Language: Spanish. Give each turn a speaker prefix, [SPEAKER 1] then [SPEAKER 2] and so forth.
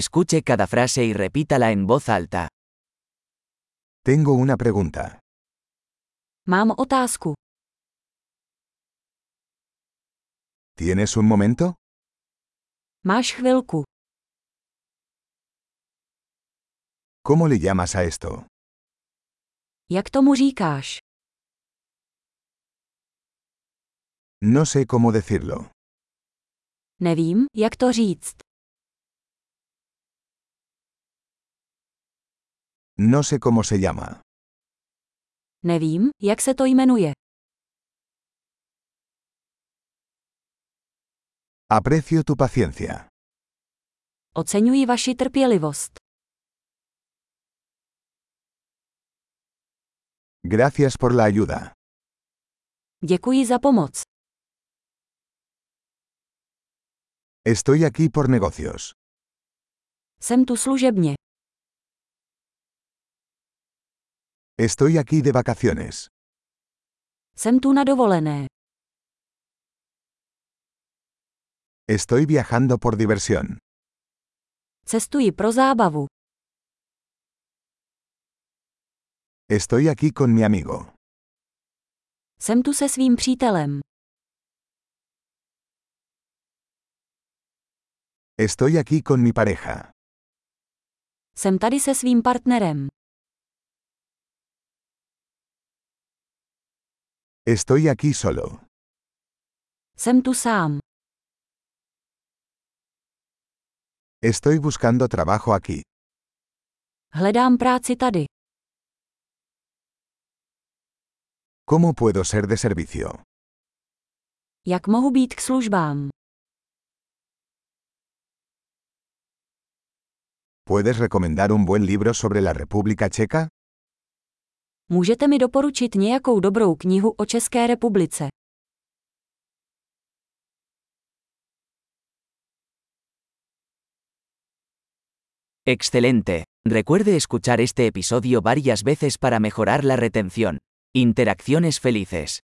[SPEAKER 1] Escuche cada frase y repítala en voz alta.
[SPEAKER 2] Tengo una pregunta.
[SPEAKER 3] Mám otázku.
[SPEAKER 2] ¿Tienes un momento?
[SPEAKER 3] Máš chvilku.
[SPEAKER 2] ¿Cómo le llamas a esto?
[SPEAKER 3] Jak tomu říkáš?
[SPEAKER 2] No sé cómo decirlo.
[SPEAKER 3] Nevím, jak to říct.
[SPEAKER 2] No sé cómo se llama.
[SPEAKER 3] Nevím, jak se to jmenuje.
[SPEAKER 2] Aprecio tu paciencia.
[SPEAKER 3] Oceňuji vaši trpělivost.
[SPEAKER 2] Gracias por la ayuda.
[SPEAKER 3] Děkuji za pomoc.
[SPEAKER 2] Estoy aquí por negocios.
[SPEAKER 3] Jsem tu služebně.
[SPEAKER 2] Estoy aquí de vacaciones.
[SPEAKER 3] Jsem tu na dovolené.
[SPEAKER 2] Estoy viajando por diversión.
[SPEAKER 3] Cestuji pro zábavu.
[SPEAKER 2] Estoy aquí con mi amigo.
[SPEAKER 3] Jsem tu se svým přítelem.
[SPEAKER 2] Estoy aquí con mi pareja.
[SPEAKER 3] Jsem tady se svým partnerem.
[SPEAKER 2] Estoy aquí solo.
[SPEAKER 3] Jsem tu sám.
[SPEAKER 2] Estoy buscando trabajo aquí.
[SPEAKER 3] Hledám práci tady.
[SPEAKER 2] ¿Cómo puedo ser de servicio?
[SPEAKER 3] Jak mohu být k službám?
[SPEAKER 2] ¿Puedes recomendar un buen libro sobre la República Checa?
[SPEAKER 3] Můžete mi doporučit nějakou dobrou knihu o České republice.
[SPEAKER 1] Excelente. Recuerde escuchar este episodio varias veces para mejorar la retención. Interacciones felices.